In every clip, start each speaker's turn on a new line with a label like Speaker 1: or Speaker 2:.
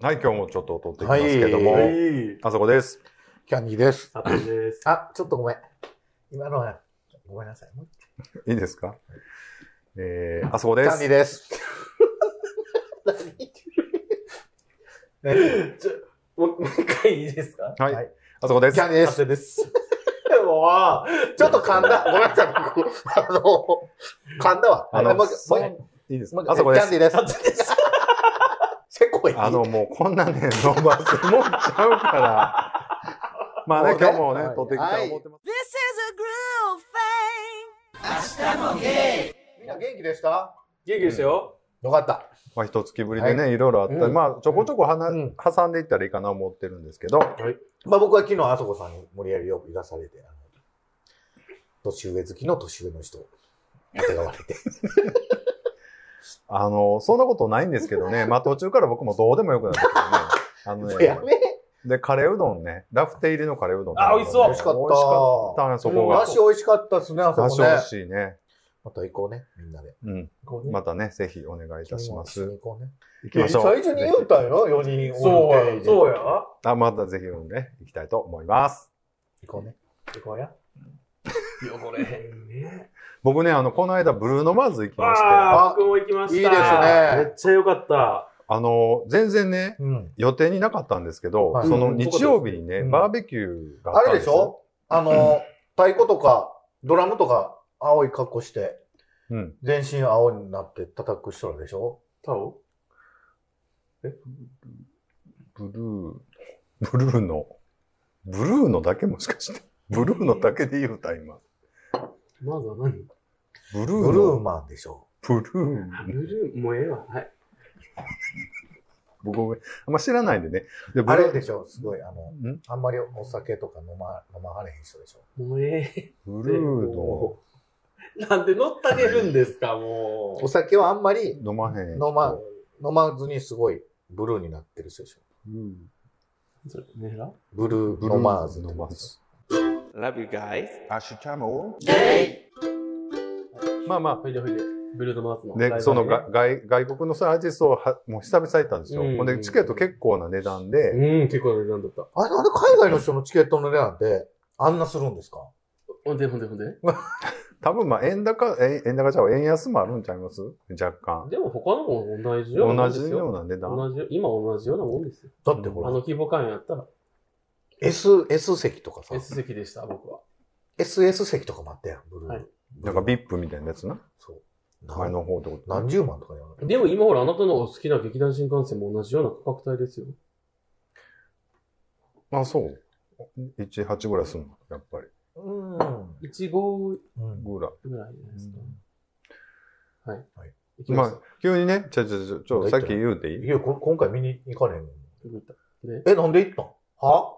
Speaker 1: はい、今日もちょっと撮っていきますけども、
Speaker 2: はい
Speaker 1: あそこです。
Speaker 2: キャンディーです。
Speaker 3: 佐藤です。
Speaker 2: あ、ちょっとごめん。今のは、ごめんなさい。もう
Speaker 1: いいですかえー、あそこ
Speaker 2: キ
Speaker 1: で
Speaker 2: ャンディ
Speaker 1: す。
Speaker 2: ーです。何ね
Speaker 3: ちょ、もうもう一回いいですか
Speaker 1: はい
Speaker 2: はい。
Speaker 1: あそこです
Speaker 2: キャ。ンディーで
Speaker 3: 佐
Speaker 2: す。
Speaker 3: 藤です。もう、
Speaker 2: ちょっと噛んだ。ごめんなさい。僕あの、噛んだわ。
Speaker 1: あの
Speaker 2: もうもう
Speaker 1: そう
Speaker 2: もう
Speaker 1: いいです
Speaker 2: もう
Speaker 1: あそこで
Speaker 2: キャンデ
Speaker 1: す。
Speaker 2: ィー です。せこい。
Speaker 1: あの、もうこんなね、伸ばすもんちゃう から。まあね、
Speaker 2: もうね
Speaker 1: 今日もね
Speaker 2: は、い
Speaker 1: 撮っていきたいと思ってます。
Speaker 4: This is a groove thing.
Speaker 2: みんな元気でした
Speaker 3: 元気ですよ。
Speaker 2: よかった。
Speaker 1: まあ、一月ぶりでね、いろいろあったり、
Speaker 2: うん
Speaker 1: まあ、ちょこちょこはな、
Speaker 2: うん
Speaker 1: 挟んでいったらいいかな思ってるんですけど、
Speaker 2: まあ僕は昨日、あそこさんに無理やりよく行かされて、あの年上好きの年上の人を当てがわれて。
Speaker 1: あの、そんなことないんですけど ね、まあ途中から僕もどうでもよくなってきてね。あの ね
Speaker 2: や、め
Speaker 1: で、カレーうどんね、ラフテ入りのカレーうどん。
Speaker 3: あ美味しそう
Speaker 2: 美味しかった。
Speaker 1: 美味しかったね、そこ
Speaker 2: うん
Speaker 1: が
Speaker 2: だ。し美味しかったですね、あそ
Speaker 1: 場
Speaker 2: こ
Speaker 1: 所
Speaker 2: ね。
Speaker 1: 欲しいね。
Speaker 2: また行こうね、みんなで。
Speaker 1: うん。
Speaker 2: 行こうね
Speaker 1: またね、ぜひお願いいたします。
Speaker 2: 行こうね。
Speaker 1: 行き
Speaker 2: 最
Speaker 1: ましょう。
Speaker 2: 初に言うたん
Speaker 1: ぜ
Speaker 2: よ、4人
Speaker 3: そうや、そうや。
Speaker 1: ひあ、またぜひ呼んでいきたいと思います。
Speaker 2: 行こうね。行こうや。
Speaker 3: 汚れへんね。
Speaker 1: 僕ね、あの、この間、ブルーノマーズ行きまして、あ
Speaker 3: ああ、僕も行きました。
Speaker 2: いいですね
Speaker 3: めっちゃ良かった。
Speaker 1: の、全然ね、
Speaker 2: うん。
Speaker 1: 予定になかったんですけど、
Speaker 2: はい
Speaker 1: その日曜日にね、
Speaker 2: うん
Speaker 1: バーベキューが
Speaker 2: あ
Speaker 1: あったん
Speaker 2: れ
Speaker 1: で
Speaker 2: ですし
Speaker 1: よ。
Speaker 2: ょあの、太鼓とか、ドラムとか、青い格好して、
Speaker 1: うん。
Speaker 2: 全身青になって叩く人らでしょ
Speaker 3: タオ
Speaker 1: ブルー、ブルーの、ブルーのだけもしかして、ブルーのだけで言うた、今。
Speaker 3: まずは何
Speaker 1: ブル
Speaker 2: ブ
Speaker 1: ー
Speaker 2: ルー
Speaker 1: の、
Speaker 2: マンでしょ
Speaker 1: ブルー
Speaker 3: あブルー、もうええわ。はい。
Speaker 1: 僕ごめん、あんま知らないんでね。で、ブ
Speaker 2: あ
Speaker 1: ル
Speaker 2: れ
Speaker 1: ー
Speaker 2: でしょすごい、あの、
Speaker 1: ん
Speaker 2: あんまりお酒とか飲ま、飲まはれへん人でしょ
Speaker 3: もうええ。
Speaker 1: ブルーの、
Speaker 3: なんで乗ったげるんですか、も
Speaker 2: お酒はあんまり
Speaker 1: 飲まへん。
Speaker 2: 飲ま、飲まずにすごいブルーになってる人でしょ
Speaker 3: う。それ、ねら
Speaker 2: ブル
Speaker 1: ブルー
Speaker 2: ーノマーズって
Speaker 1: ノ
Speaker 2: 言うん
Speaker 1: マー
Speaker 2: ですよ。
Speaker 1: ズ。
Speaker 3: ?Love you guys.
Speaker 1: アシュチャモまあま
Speaker 3: ほいでほいで。ブルードマーズの
Speaker 1: あ、
Speaker 3: ライブ
Speaker 1: で、
Speaker 3: ね。
Speaker 1: そのが外外国のそういうアーティストをはもう久々行ったんですよ。
Speaker 3: うん
Speaker 1: ほんで、チケット結構な値段で、
Speaker 3: うん、結構な値段だった。
Speaker 2: あれ、なんで海外の人のチケットの値段って、あんなするんですか
Speaker 3: ほんでほんでほんで。
Speaker 1: 多分まあ、円高、え円高ちゃうわ円安もあるんちゃいます若干。
Speaker 3: でも他のも同じような
Speaker 1: 同
Speaker 3: もんです
Speaker 1: じ
Speaker 3: よ。
Speaker 1: ような値段。
Speaker 3: 同じよ今同じようなもんですよ。
Speaker 2: だってほ
Speaker 3: あ
Speaker 2: ら、
Speaker 3: の規模感やったら
Speaker 2: S、S 席とかさ、
Speaker 3: S 席でした、僕は。
Speaker 2: SS 席とかもあったやん、ブルー。
Speaker 3: はい
Speaker 1: なんか VIP みたいなやつな。
Speaker 2: そう。
Speaker 1: 前の方ってこと。
Speaker 2: 何十万とかやる
Speaker 3: でも今ほら、あなたのお好きな劇団新幹線も同じような価格帯ですよ。
Speaker 1: あ、そう。18ぐらいすんのやっぱり。
Speaker 2: うん。
Speaker 3: 1号
Speaker 2: うん。
Speaker 1: ぐらい。
Speaker 3: ぐらいじゃないですか。はい。
Speaker 2: はい
Speaker 3: 行き
Speaker 1: ま
Speaker 3: ま
Speaker 1: あ
Speaker 3: した。、
Speaker 1: 急にね、ちょ、ちょ、ちょ、ちょ、さっき言うてい
Speaker 2: い
Speaker 1: い
Speaker 2: や、こ今回見に行かねえの
Speaker 3: 行った
Speaker 2: え、なんで行ったんは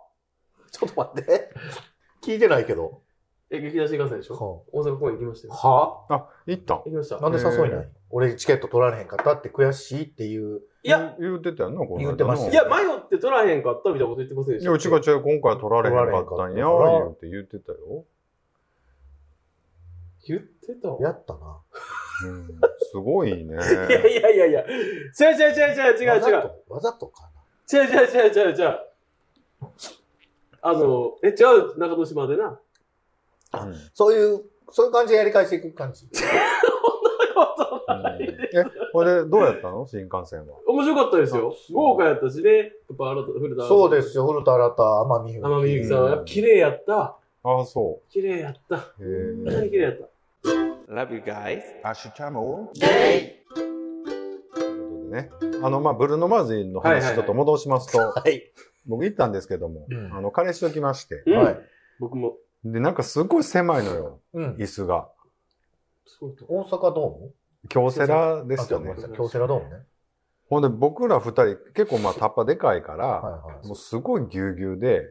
Speaker 2: ちょっと待って。 聞いてないけど。
Speaker 3: え、劇団新幹線でしょ
Speaker 2: は
Speaker 3: 大阪公演行きましたよ。
Speaker 2: は
Speaker 1: あ、行ったん
Speaker 3: 行きました。
Speaker 2: なんで誘いな
Speaker 1: へ
Speaker 2: い俺チケット取られへんかったって悔しいっていう。
Speaker 3: いや、
Speaker 1: 言う言うてたよな、この間な
Speaker 2: 言うてました
Speaker 3: いや、迷って取らへんかったみたいなこと言ってませんで
Speaker 1: い
Speaker 3: し
Speaker 1: や、
Speaker 3: た。
Speaker 1: うちが違う、今回は取られへんかったんや、言うて言ってたよ。
Speaker 3: 言ってたわ
Speaker 2: やったな。
Speaker 1: うん、すごいね。
Speaker 3: いやいやいやいや。違う違う違う違う違う違う。違う
Speaker 2: わざと。わざとか
Speaker 3: 違う違う違う違う。あの、え、違う、中之島でな。
Speaker 1: うん
Speaker 2: な。そういう、そういう感じでやり返していく感じ。
Speaker 1: え、これでどうやったの新幹線は。
Speaker 3: 面白かったですよ。豪華やったしね。やっぱ、あなた、古田新太
Speaker 2: そうですよ、古田新太、天海祐希。
Speaker 3: 天海祐希さんは、やっぱ綺麗やった。
Speaker 1: ああ、そ
Speaker 3: 綺麗やった。
Speaker 1: う。へ
Speaker 3: 本当に綺麗やった。
Speaker 1: え。アシュチャモということでね、あの、まあ、ブルーノマーズの
Speaker 3: はいはいは
Speaker 1: 話
Speaker 3: い
Speaker 1: ちょっと戻しますと、
Speaker 2: はい。
Speaker 1: 僕行ったんですけども、
Speaker 2: うん
Speaker 1: あの、彼氏と来まして、
Speaker 3: うん
Speaker 2: はい。
Speaker 3: 僕も。
Speaker 1: で、なんかすごい狭いのよ、
Speaker 2: うん。
Speaker 1: 椅子が。
Speaker 3: そうと。
Speaker 2: 大阪ド
Speaker 1: 京セラで
Speaker 2: ーム
Speaker 1: すよね
Speaker 2: あごめんな。さい京セラドームね。
Speaker 1: ほんで、僕ら二人、結構まあ、タッパでかいから、
Speaker 2: はいはい。
Speaker 1: もうすごいぎゅうぎゅうで、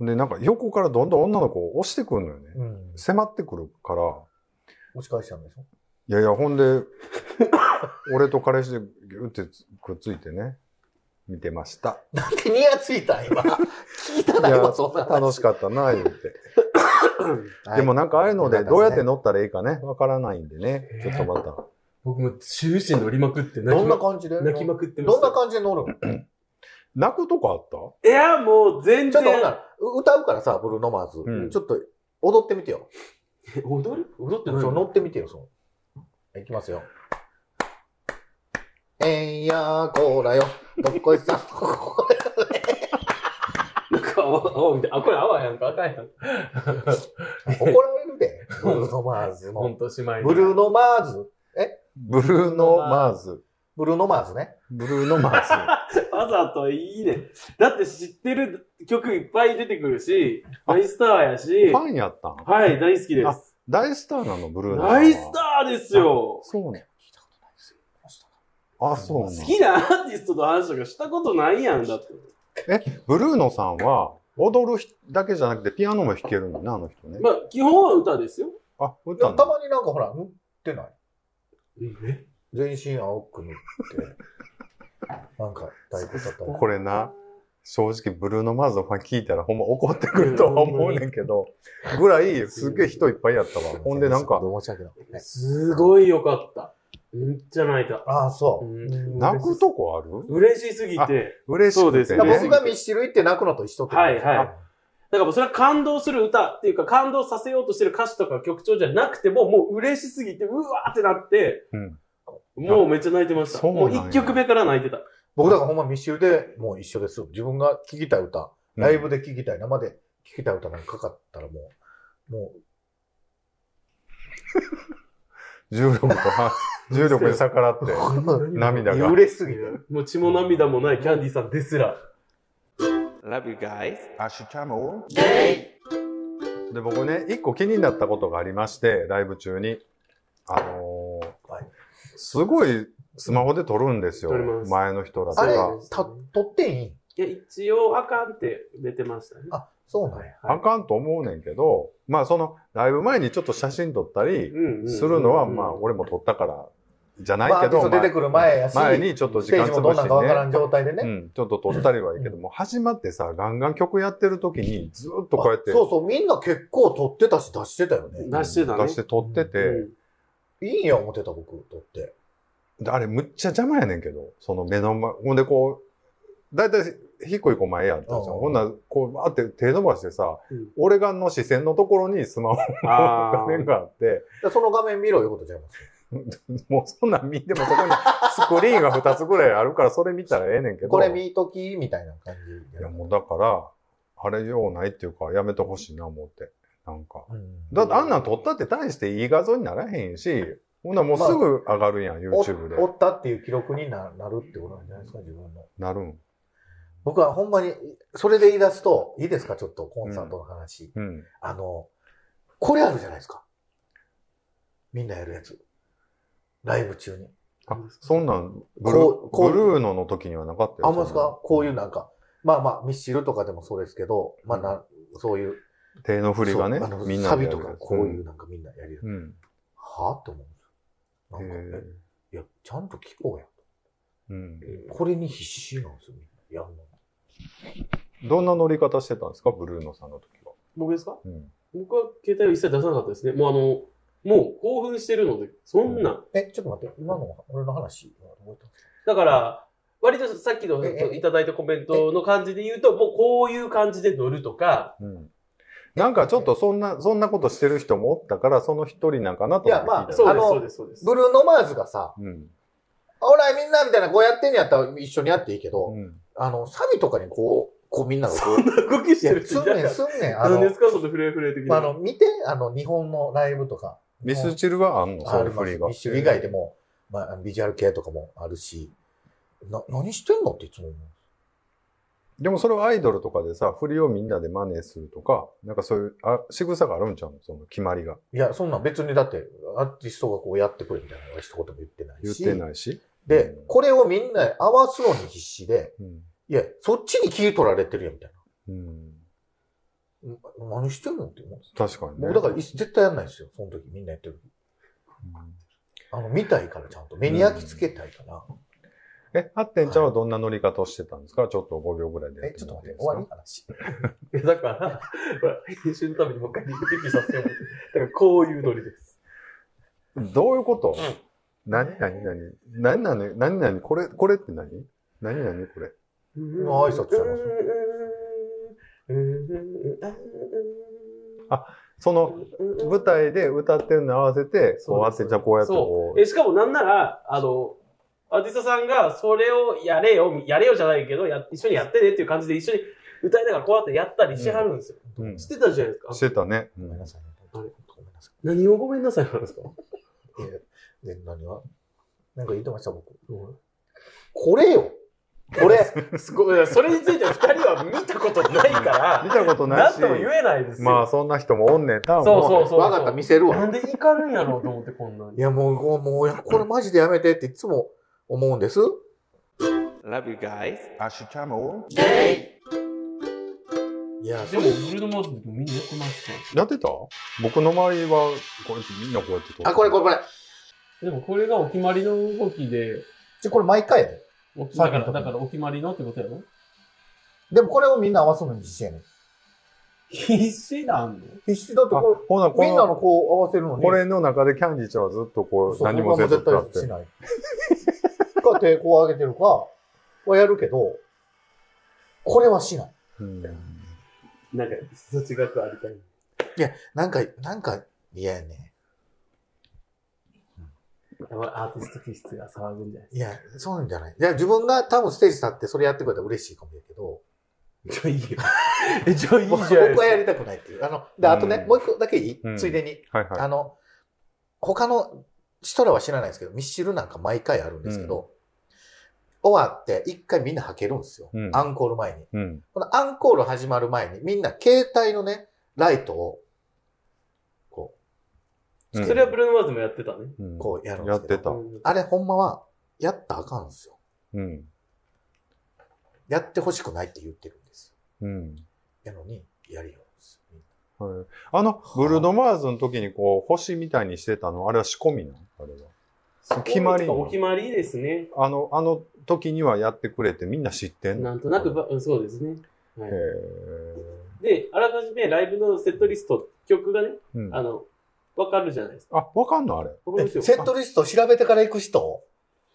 Speaker 2: うん。
Speaker 1: で、なんか横からどんどん女の子を押してくるのよね。
Speaker 2: うん。
Speaker 1: 迫ってくるから、
Speaker 2: 押し返したんでしょ
Speaker 1: いやいや、ほんで、俺と彼氏でギュってくっついてね、見てました。
Speaker 2: なんでニヤついたん今。聞いた
Speaker 1: い
Speaker 2: な、
Speaker 1: や
Speaker 2: 今、そんな話。
Speaker 1: 楽しかったな、言うて。
Speaker 2: はい
Speaker 1: でもなんかああいうので、どうやって
Speaker 2: ね
Speaker 1: 乗ったらいいかね、わからないんでね。ちょっとまた。
Speaker 3: 僕も終始乗りまくって、
Speaker 2: どんな感じで
Speaker 3: 泣きまくってま
Speaker 2: ど
Speaker 3: し
Speaker 2: ん
Speaker 3: た
Speaker 2: な。感じで乗るの
Speaker 1: 泣くとこあっ
Speaker 3: いや、もう全
Speaker 2: ちょっ
Speaker 3: 然
Speaker 2: とほんな。ら、う歌うからさ、ブルーノマーズ。
Speaker 1: うん
Speaker 2: ちょっと踊ってみてよ。
Speaker 3: え踊る踊って
Speaker 2: そ
Speaker 3: ない
Speaker 2: の乗ってみてよ、その。いきますよ。えんやーこらよ。どっこいさん、どっこい
Speaker 3: なんか泡、泡みたい。あ、これ泡やんか。あかんやん。
Speaker 2: 怒られるで。ブルーノマーズ
Speaker 3: ほ
Speaker 2: の
Speaker 3: ん。としまいに。
Speaker 2: ブルーノマーズ。
Speaker 1: たブルーノ・マーズ。
Speaker 2: ブルーノマーズね。
Speaker 1: ブルーノ・マーズ。
Speaker 3: わざといいね。だって知ってる曲いっぱい出てくるし、大スターやし
Speaker 1: フ、ァンやったん
Speaker 3: はい、大好きで
Speaker 1: あ
Speaker 3: す。
Speaker 1: 大スターなの、ブルーノ。
Speaker 3: 大スターですよ。
Speaker 1: そうね。あ、そう
Speaker 3: 好
Speaker 1: ね。
Speaker 3: きなアーティストと話とかしたことないやんだって。
Speaker 1: ブルーノさんは、踊る人だけじゃなくて、ピアノも弾けるのね、あの人ね。
Speaker 3: まあ、基本は歌ですよ。
Speaker 1: あ、
Speaker 2: いや
Speaker 1: 歌
Speaker 2: た
Speaker 1: の。
Speaker 2: まになんかほら、塗ってない。
Speaker 3: え
Speaker 2: 全身青く塗って。なんか、太鼓叩いて。
Speaker 1: これな、正直、ブルーノ・マーズのファン聞いたら、ほんま怒ってくるとは思うねんけど、ぐらい、すげえ人いっぱいやったわ。ほんで、なんか、
Speaker 2: 申し訳ない。
Speaker 3: すごいよかった。めっちゃ泣いた。
Speaker 2: ああ、そうう。
Speaker 3: ん
Speaker 1: 泣くとこある
Speaker 3: 嬉しすぎて。
Speaker 1: 嬉し
Speaker 3: そう
Speaker 1: く
Speaker 3: で
Speaker 1: て
Speaker 3: す
Speaker 2: だから
Speaker 1: ね
Speaker 2: 僕。がミスチル行って泣くのと一緒ってことですか
Speaker 3: はいはいだからもうそれは感動する歌っていうか、感動させようとしてる歌詞とか曲調じゃなくても、もう嬉しすぎて、うわーってなって、
Speaker 1: うん
Speaker 3: もうめっちゃ泣いてました。
Speaker 1: そうなん
Speaker 3: も
Speaker 1: や
Speaker 3: う一曲目から泣いてた。
Speaker 2: 僕だからほんまミスチルでもう一緒です。自分が聴きたい歌、ライブで聴きたい、生で聴きたい歌なんかかかったらもう、も
Speaker 1: 重力とは、重力に逆ら って、
Speaker 2: う、
Speaker 1: 涙が
Speaker 2: 揺。れすぎて。
Speaker 3: もう血も涙もないキャンディーさんですら。
Speaker 1: で、僕ね、一個気になったことがありまして、ライブ中に。あのー
Speaker 2: はい
Speaker 1: すごいスマホで撮るんですよ
Speaker 3: 撮りま。す
Speaker 1: 前の人らと
Speaker 2: あれ
Speaker 1: か。、
Speaker 2: た、撮っていい
Speaker 3: いや、一応あかんって出てましたね。
Speaker 2: あ、そうなんや。
Speaker 1: あかんと思うねんけど、まあその、ライブ前にちょっと写真撮ったりするのは、まあ俺も撮ったから、じゃないけ
Speaker 2: まあアーティ
Speaker 1: ど、
Speaker 2: スト出てくる前やし
Speaker 1: 前にちょっと
Speaker 2: ス
Speaker 1: 時
Speaker 2: テー
Speaker 1: 間
Speaker 2: ジ
Speaker 1: つ
Speaker 2: もど
Speaker 1: ぶ
Speaker 2: ん
Speaker 1: し
Speaker 2: なんかわか
Speaker 1: て
Speaker 2: らん
Speaker 1: ね。
Speaker 2: 状態で
Speaker 1: う
Speaker 2: ね。
Speaker 1: ん、ちょっと撮ったりはいいけども、始まってさ、ガンガン曲やってる時に、ずーっとこうやって
Speaker 2: そうそう、みんな結構撮ってたし出してたよね。
Speaker 3: 出してたね。
Speaker 1: 出して撮ってて、
Speaker 3: うん
Speaker 2: いいんや思ってた僕、撮って。
Speaker 1: であれ、むっちゃ邪魔やねんけど、その目の前、ほんでこう、だいたい一個一個前やったじゃん。
Speaker 2: うん
Speaker 1: ほんなら、こう、あって手伸ばしてさ、
Speaker 3: うん
Speaker 1: 俺がの視線のところにスマホの
Speaker 3: あ
Speaker 1: 画面 があって、
Speaker 2: でその画面見ろいうことちゃいます。
Speaker 1: もうそんなん見てもそこにスクリーンが2つぐらいあるから、それ見たらええねんけど。
Speaker 2: これ見ときみたいな感じ
Speaker 1: いや、もうだから、あれようないっていうか、やめてほしいな、思って。なんか。
Speaker 2: うん
Speaker 1: だってあんなん撮ったって大していい画像にならへんし、ほんならもうすぐ上がるやん、
Speaker 2: お
Speaker 1: YouTube で
Speaker 2: お。ったっていう記録にななるってことなんじゃないですか、自分の。
Speaker 1: なるん。
Speaker 2: 僕はほんまに、それで言い出すと、いいですか、ちょっとコンサートの話。
Speaker 1: うん。
Speaker 2: あの、これあるじゃないですか。みんなやるやつ。ライブ中に。
Speaker 1: あ、そんなん、ブル
Speaker 2: こうこ
Speaker 1: ー
Speaker 2: う
Speaker 1: ブルーノの時にはなかったよ。
Speaker 2: あ、ほんまです
Speaker 1: そんな
Speaker 2: かこういうなんか、まあまあ、ミスチルとかでもそうですけど、まあな、そういう。
Speaker 1: 手の振りがね
Speaker 2: そうあの、
Speaker 1: みんな
Speaker 2: サ
Speaker 1: で
Speaker 2: ビ
Speaker 1: やる
Speaker 2: と
Speaker 1: やつ
Speaker 2: か、こういう。なんかみんなやるやつ。
Speaker 1: うん。
Speaker 2: はぁと思うんですよ。なんか、
Speaker 1: へ
Speaker 2: えいや、ちゃんと聞こうや。
Speaker 1: うん。
Speaker 2: これに必死なんですよ、みんな。やんの。
Speaker 1: どんな乗り方してたんですか、ブルーノさんの時は。
Speaker 3: 僕ですか
Speaker 1: うん。
Speaker 3: 僕は携帯を一切出さなかったですね。もうあの、もう興奮してるので、そんな。
Speaker 2: え、ちょっと待って、今の俺の話は覚えてます
Speaker 3: だから、割とさっきの
Speaker 2: ええ
Speaker 3: いただいたコメントの感じで言うと、もうこういう感じで乗るとか、
Speaker 1: うん。なんかちょっとそんな、そんなことしてる人もおったから、その一人なんかなと思って聞いた
Speaker 2: いやまあ
Speaker 3: そうです、
Speaker 2: あの
Speaker 3: そうです、そうです。
Speaker 2: ブルーノマーズがさ、
Speaker 1: うん。
Speaker 2: ほら、みんなみたいな、こうやってんやったら一緒にやっていいけど、
Speaker 1: うん。
Speaker 2: あの、サビとかにこう、こうみんながこう、
Speaker 3: 動きし
Speaker 2: いや
Speaker 3: てる
Speaker 2: すん
Speaker 3: な
Speaker 2: ねん、
Speaker 3: んか
Speaker 2: すんねん。あ
Speaker 3: 何で
Speaker 2: の
Speaker 3: す、かそのフレーフレー的
Speaker 2: まあ、
Speaker 3: な。
Speaker 2: あの、見て、あの、日本のライブとか。
Speaker 1: ミスチルはあんの、
Speaker 2: あ
Speaker 1: そうい
Speaker 2: り
Speaker 1: う
Speaker 2: ま
Speaker 1: 振
Speaker 2: す
Speaker 1: りが。
Speaker 2: ミスチル以外でも、まあ、ビジュアル系とかもあるし、な、何してんのっていつも思う。
Speaker 1: でもそれはアイドルとかでさ、振りをみんなで真似するとか、なんかそういう、あ、仕草があるんちゃうのその決まりが。
Speaker 2: いや、そんなん別にだって、アーティストがこうやってくれみたいなのは一言も言ってない
Speaker 1: 言っ
Speaker 2: し。
Speaker 1: てないし。
Speaker 2: で、これをみんな合わすのに必死で、
Speaker 1: うん。
Speaker 2: いや、そっちに切り取られてるやんみたい
Speaker 1: うん。
Speaker 2: な。ん何してんのって思う。
Speaker 1: 確かにね。
Speaker 2: 僕だからい絶対やんないですよ、その時みんなやってる時。
Speaker 1: うん
Speaker 2: あの、見たいからちゃんと。目に焼き付けたいから。
Speaker 1: え、ハッテンちゃんはどんな乗り方をしてたんですか、ちょっと5秒ぐらいでや
Speaker 2: え、
Speaker 1: て
Speaker 2: ちょっと
Speaker 1: もら
Speaker 2: 待
Speaker 1: てい
Speaker 2: っ
Speaker 1: い
Speaker 2: て、
Speaker 1: ですか
Speaker 2: 終わり話。
Speaker 3: いやだから、ほら編集のためにもう一回リピさせてもらって、だからこういうノリです。
Speaker 1: どういうこと、何何何何々何々これ、これって何何々これ。
Speaker 2: の挨拶ちゃいます
Speaker 1: その舞台で歌ってるのに合わせて、こうやって、じゃあこうやってこ
Speaker 3: そう。え、しかもなんなら、あの、アーティストさんがそれをやれよ、やれよじゃないけど、や一緒にやってねっていう感じで一緒に歌いながらこうやってやったりしはるんですよ。
Speaker 1: う、うん、
Speaker 3: し
Speaker 1: して
Speaker 3: たじゃないですか。
Speaker 1: てたね。
Speaker 2: ごめん
Speaker 1: う
Speaker 2: なさいね。
Speaker 3: あれ
Speaker 2: ごめんなさ
Speaker 3: 何をごめんなさいなんですか
Speaker 2: い。いやで、何はなんか言ってました、僕。これよこれ
Speaker 3: すごい、それについて二人は見たことないか
Speaker 1: ん見た
Speaker 3: ら、
Speaker 1: ことな
Speaker 3: ないん
Speaker 1: し
Speaker 3: と、も言えないですよ。
Speaker 1: まあそんな人もおんねんな。
Speaker 3: そう
Speaker 1: も
Speaker 3: そうそう。
Speaker 2: わかった、見せるわ
Speaker 3: な。んで怒るんやろうと思ってこんなに
Speaker 2: い。や、もう、もうもう、これマジでやめてっていつも思うんです。
Speaker 5: Love you guys.
Speaker 1: アッシュチャム
Speaker 2: いや、
Speaker 3: でも、ブルードマウスの時もみんなやってましたよ。
Speaker 1: やってた僕の周りは、こうやってみんなこうやって撮って
Speaker 2: あ、これこれこれ。
Speaker 3: でもこれがお決まりの動きで、
Speaker 2: でこれ毎回やね
Speaker 3: おだから、だからお決まりのってことやろ
Speaker 2: でもこれをみんな合わすのに必死やねん
Speaker 3: 必死なんの
Speaker 2: 必死だと
Speaker 1: あ
Speaker 2: こ
Speaker 1: ほな、
Speaker 2: う、みんな
Speaker 1: こ
Speaker 2: のこう合わせるの
Speaker 1: の、
Speaker 2: に。
Speaker 1: これの中でキャンディーちゃんはずっとこう、
Speaker 2: そう
Speaker 1: 何もせず
Speaker 2: 僕
Speaker 1: 歌
Speaker 2: は
Speaker 1: っ
Speaker 2: もう
Speaker 1: て
Speaker 2: 絶対し。ない。 か、抵抗を上げてるか、はやるけど、これはしない。
Speaker 1: うん
Speaker 3: なんか、人違くありたい。
Speaker 2: なんか、なんか嫌やね。
Speaker 3: やばいアーティスト気質が騒ぐんじゃない
Speaker 2: いや、そうなんじゃない。いや、自分が多分ステージ立ってそれやってくれたら嬉しいかもやけど、
Speaker 3: じゃいい よ。え、じゃあいいじゃ
Speaker 2: 僕
Speaker 3: ないです
Speaker 2: は
Speaker 3: か。
Speaker 2: やりたくないっていう。あの、で、あとね、
Speaker 1: うん
Speaker 2: もう一個だけいい、
Speaker 1: うん
Speaker 2: ついでに。
Speaker 1: はいはい。
Speaker 2: あの、他の人らは知らないですけど、ミッシルなんか毎回あるんですけど、終わって一回みんな吐けるんですよ。
Speaker 1: うん
Speaker 2: アンコール前に。
Speaker 1: うん。
Speaker 2: このアンコール始まる前に、みんな携帯のね、ライトを、こ
Speaker 1: うん
Speaker 3: それはブルーノマウスもやってたね。
Speaker 1: うん
Speaker 2: う、こうやるんで
Speaker 1: や
Speaker 2: す
Speaker 1: っ
Speaker 2: けど。
Speaker 1: てた。
Speaker 2: あれほんまは、やったらあかんんですよ。
Speaker 1: うん。
Speaker 2: やってほしくないって言ってるんです
Speaker 1: うん。
Speaker 2: よ。やのに、やりようんですよ。
Speaker 1: はいあの、ブルーノマーズの時にこう、星みたいにしてたの、あれは仕込みなのあれは。決まりな
Speaker 3: お
Speaker 1: の
Speaker 3: 決まりですね。
Speaker 1: あの、あの時にはやってくれてみんな知ってんの
Speaker 3: なんとなくば、うんそうですね。は
Speaker 1: へ
Speaker 3: い
Speaker 1: ー
Speaker 3: で、あらかじめライブのセットリスト、曲がね、
Speaker 1: うん
Speaker 3: あの、わかるじゃないですか。
Speaker 1: あ、わかんのあれ。
Speaker 3: わかります
Speaker 2: え
Speaker 3: よ。
Speaker 2: セットリスト調べてから行く人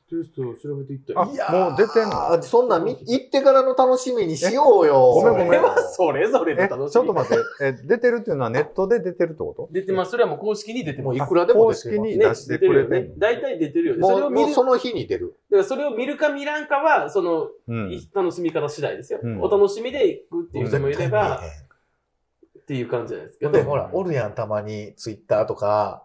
Speaker 3: セットリストを調べていった
Speaker 1: あ
Speaker 3: よ。
Speaker 1: もう出てんの
Speaker 2: のそんなん見行ってからの楽しみにしようよ。
Speaker 1: ごめんごめん
Speaker 3: それはそれぞれの
Speaker 1: え、ち
Speaker 3: 楽しみ。
Speaker 1: ょっと待って。え、出てるっていうのはネットで出てるってこと
Speaker 3: 出てます。それはもう公式に出て
Speaker 2: も
Speaker 3: ま
Speaker 2: うい
Speaker 3: す。
Speaker 2: くらでも
Speaker 1: 公
Speaker 2: 出て
Speaker 1: 式
Speaker 2: ます
Speaker 1: に
Speaker 3: ね
Speaker 1: 出してくれて
Speaker 3: 出る
Speaker 1: ん
Speaker 3: よね
Speaker 1: の。
Speaker 3: 大体出てるよね。そ
Speaker 2: も
Speaker 3: れを
Speaker 2: う
Speaker 3: 見
Speaker 2: もう
Speaker 3: る、だ
Speaker 2: そ
Speaker 3: か
Speaker 2: の日に出る。
Speaker 3: らそれを見るか見らんかは、その、
Speaker 1: うん。
Speaker 3: 楽しみ方次第ですよ。
Speaker 1: うん
Speaker 3: お楽しみで行くっていう人もいれば、
Speaker 2: 絶
Speaker 3: っていう感じじゃないです
Speaker 2: 対
Speaker 3: か。
Speaker 2: 見えへんで、
Speaker 1: も
Speaker 2: ほら、おるやん、たまに、ツイッターとか、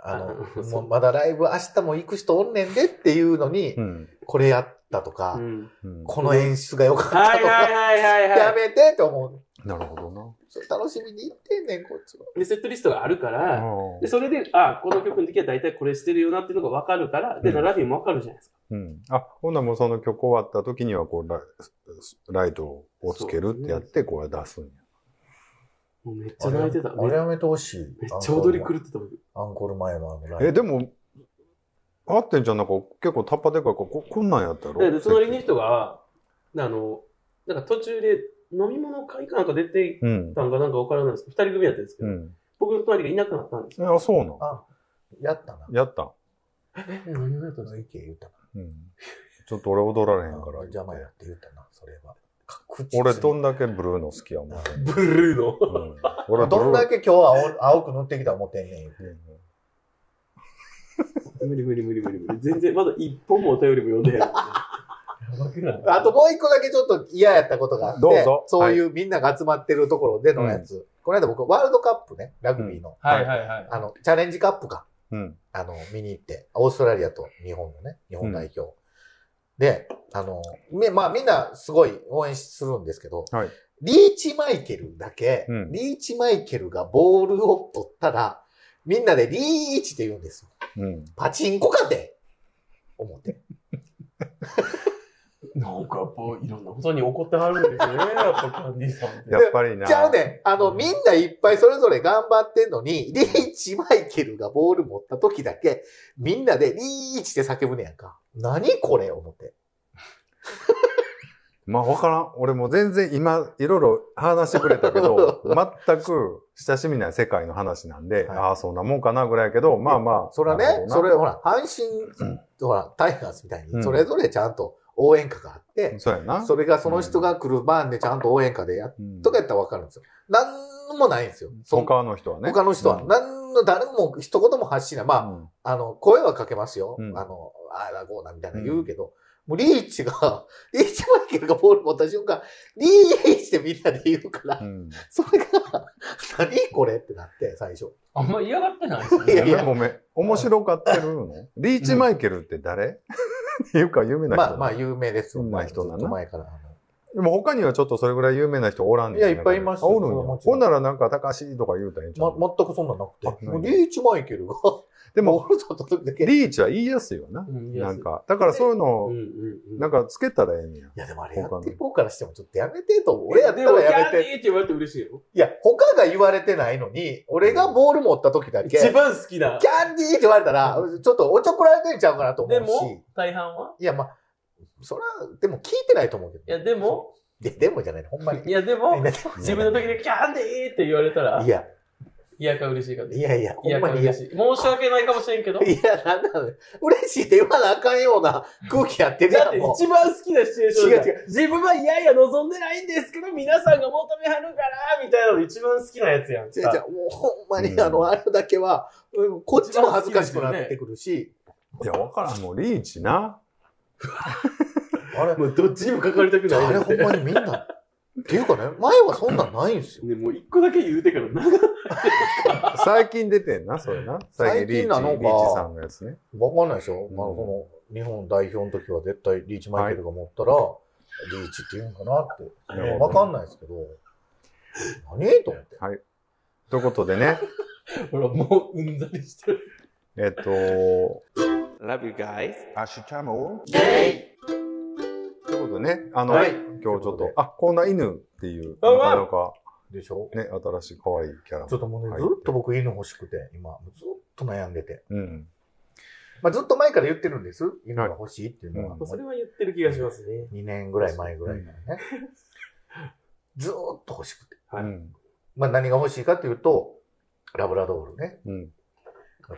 Speaker 2: あ
Speaker 3: あ
Speaker 2: の、
Speaker 3: そう
Speaker 2: もうまだライブ明日も行く人おんねんでっていうのに
Speaker 1: う、ん。
Speaker 2: これやったとか
Speaker 3: う、ん
Speaker 1: うん
Speaker 2: この演出が良かった
Speaker 3: はい
Speaker 2: とか
Speaker 3: は、いはいはいはい。
Speaker 2: やめてって思う。
Speaker 1: なるほどな。
Speaker 2: それ楽しみに行ってんねん、こっちは。
Speaker 3: で、セットリストがあるから、
Speaker 1: あ
Speaker 3: で、
Speaker 1: ー
Speaker 3: それで、あ、この曲の時は大体これしてるよなっていうのがわかるから、で、
Speaker 1: うん
Speaker 3: ラフィーもわかるじゃないですか。
Speaker 1: うん。あ、ほんならもうその曲終わった時には、こうライ、ライトをつけるってやって、こう出すんや。
Speaker 3: もうめっちゃ泣いてた。め
Speaker 2: あれやめてほしい。
Speaker 3: めっちゃ踊り狂ってた、僕。
Speaker 2: アンコール前のあのライブ。
Speaker 1: え、でも、合ってんじゃん、なんか結構タッパでかいから、ここんなんやったろ
Speaker 3: で、で隣の人が、あの、なんか途中で飲み物買いかなんか出て
Speaker 1: うん
Speaker 3: き。たんかなんかわからないですけど、二人組やったんですけ
Speaker 1: う
Speaker 3: ど、
Speaker 1: ん。
Speaker 3: 僕の隣がいなくなったんですよ。
Speaker 1: えあ、そうなん。
Speaker 2: あ、やったな。
Speaker 1: やった。
Speaker 3: え、何がやったんです
Speaker 2: 意見言ったな。
Speaker 1: うん。ちょっと俺踊られへんから。
Speaker 2: 邪魔やって言ったな、それは。確実に
Speaker 1: 俺どんだけブルーの好きやもん。
Speaker 3: かブルーの。
Speaker 1: うん俺
Speaker 2: どんだ
Speaker 1: け。
Speaker 2: け今日は青青く塗ってきた思ってんねん言うて。
Speaker 3: 無理無理無理無理無理。全然、まだ一本もお便りも読んでへん。やばくない
Speaker 2: あともう一個だけちょっと嫌やったことがあって、
Speaker 1: どうぞ
Speaker 2: そういうみんなが集まってるところでのやつ。この間僕、ワールドカップね、ラグビーの、
Speaker 3: はいはいはい。
Speaker 2: あの、チャレンジカップか、
Speaker 1: うん。
Speaker 2: あの、見に行って、オーストラリアと日本のね、日本代表。で、あの、みまあみんなすごい応援するんですけど、
Speaker 1: はい
Speaker 2: リーチマイケルだけ、
Speaker 1: うん
Speaker 2: リーチマイケルがボールを取ったら、みんなでリーチって言うんですよ。
Speaker 1: うん。
Speaker 2: パチンコかて思って。
Speaker 3: なんかやっぱいろんなことに怒ってはるんですね、やっぱキャンディーさんって。
Speaker 1: やっぱりな。
Speaker 2: じゃあね、あの、みんないっぱいそれぞれ頑張ってんのに、リーチマイケルがボール持った時だけ、みんなでリーチって叫ぶねやんか。何これ思って。
Speaker 1: まあわからん。俺もう全然今、いろいろ話してくれたけ ど、全く親しみない世界の話なんで、
Speaker 2: はい
Speaker 1: ああ、そんなもんかなぐらいやけど、まあまあ。
Speaker 2: それは
Speaker 1: なるほ
Speaker 2: ね
Speaker 1: ど、な
Speaker 2: それ、ほら、阪神、ほら、タイガースみたい
Speaker 1: うん
Speaker 2: に、それぞれちゃんと応援歌があって、
Speaker 1: そうやな。
Speaker 2: それがその人が来る番でちゃんと応援歌でやっ
Speaker 1: うん
Speaker 2: とかやったらわかるんですよ。なんもないんですよ。そん
Speaker 1: 他の人はね。
Speaker 2: 他の人は。
Speaker 1: うん
Speaker 2: なんの、誰も一言も発しない。まあ、
Speaker 1: うん
Speaker 2: あの、声はかけますよ。
Speaker 1: うん
Speaker 2: あの、あらこうなみたいな言うけど、もうリーチが、 リーチマイケルがボール持った瞬間、リーチってみんなで言うから、
Speaker 1: うん。
Speaker 2: それが、 何これってなって、最初。
Speaker 6: あんま嫌がってないです
Speaker 2: い
Speaker 6: ね。
Speaker 2: やいや
Speaker 1: ごめん。面白かった るのリーチマイケルって誰 っていうか、有名な人。
Speaker 2: まあまあ、有名ですよ。
Speaker 1: 有名な人だな
Speaker 2: ずっと前から。あの
Speaker 1: でも他にはちょっとそれぐらい有名な人おらんねん
Speaker 2: いやいっぱいいますよ
Speaker 1: あおるんや
Speaker 2: もちろ
Speaker 1: ほ
Speaker 2: ん
Speaker 1: んならなんか、高橋とか言うたらええんちゃう
Speaker 2: ま、全くそんなんな
Speaker 1: あ
Speaker 2: くて。
Speaker 1: ない
Speaker 2: もうリーチマイケルが、
Speaker 1: でも、
Speaker 2: ボール取った時だけ。い
Speaker 1: リーチは言いやすいよな。
Speaker 3: うんいや
Speaker 1: なんか、だからそういうの
Speaker 3: う
Speaker 1: を
Speaker 3: ん、うんうん。
Speaker 1: なんかつけたらええんや。
Speaker 2: や、でもあれやってる方からしても、ちょっとやめてと思う。俺やった
Speaker 3: でも
Speaker 2: らやめ
Speaker 3: キャ
Speaker 2: て。
Speaker 3: ンディーって言われて嬉しいよ。
Speaker 2: いや、他が言われてないのに、俺がボール持った時だけ。
Speaker 3: 一番好きな
Speaker 2: キ。ャンディーって言われたら、ちょっとおちょくられてんちゃうかなと思
Speaker 3: で
Speaker 2: うし。
Speaker 3: も、大半はい
Speaker 2: や、まあ、そら、でも聞いてないと思うけど。
Speaker 3: いや、でも、
Speaker 2: で、でもじゃないの、ほんまに。
Speaker 3: いや、でも、自分の
Speaker 2: い
Speaker 3: 時でキャンディーって言われ たら、
Speaker 2: や、
Speaker 3: 嫌か嬉しいかで
Speaker 2: いやいや、ほ
Speaker 3: 嫌
Speaker 2: ん
Speaker 3: か
Speaker 2: まにいや。
Speaker 3: 嬉
Speaker 2: い
Speaker 3: しい。申し訳ないかもしれんけど、だって
Speaker 2: や、なんなの嬉しいって言わなあかんような空気やって るやん、もう。
Speaker 3: 一番好きなシチュエーション
Speaker 2: 違う違
Speaker 3: う。自分はいやいや望んでないんですけど、皆さんが求めはるから、みたいなの一番好きなやつやん
Speaker 2: じ
Speaker 3: か。
Speaker 2: ゃあ、もうほんま
Speaker 1: う
Speaker 2: に、
Speaker 1: ん
Speaker 2: あの、あれだけは、うんこっちも恥ずかしくなってくるし、
Speaker 1: いや、わからん。もうリーチな。
Speaker 2: あれ、
Speaker 3: もうどっちにもかかりたくない
Speaker 2: あれ
Speaker 3: な
Speaker 2: ほんまにみんな。っていうかね、前はそんなんないんですよ。
Speaker 3: ね、もう一個だけ言うてから、 なんか、
Speaker 1: 最近出てんな、それな。最近リーチ、
Speaker 2: 最近なのか
Speaker 1: リーチさんのやつね。
Speaker 2: わかんないでしょ、まあ、
Speaker 1: うん
Speaker 2: この日本代表の時は絶対リーチマイケルが持ったら、リーチって言うんかなって。
Speaker 1: なるほど
Speaker 2: わかんないですけど、何と思って。
Speaker 1: ということでね、
Speaker 3: ほら、もううんざりしてる。
Speaker 1: えっと、
Speaker 5: Love you guys.
Speaker 1: アッシュチャムということでね、あの、
Speaker 3: はい
Speaker 1: 今日ちょっと、あ、こんな犬っていう、
Speaker 3: あ
Speaker 1: なかなか
Speaker 2: でしょ
Speaker 1: ね、新しい可愛いキャラ。
Speaker 2: ちょっともうね、
Speaker 1: はい
Speaker 2: ずっと僕犬欲しくて、今、ずっと悩んでて。
Speaker 1: うん。
Speaker 2: まあ、ずっと前から言ってるんです。犬が欲しいっていうのは、
Speaker 1: はい
Speaker 2: もう
Speaker 3: それは言ってる気がしますね。
Speaker 2: 2年ぐらい前ぐらいからね。ずっと欲しくて。
Speaker 3: はい
Speaker 1: うん。
Speaker 2: まあ、何が欲しいかというと、ラブラドールね。
Speaker 1: うん。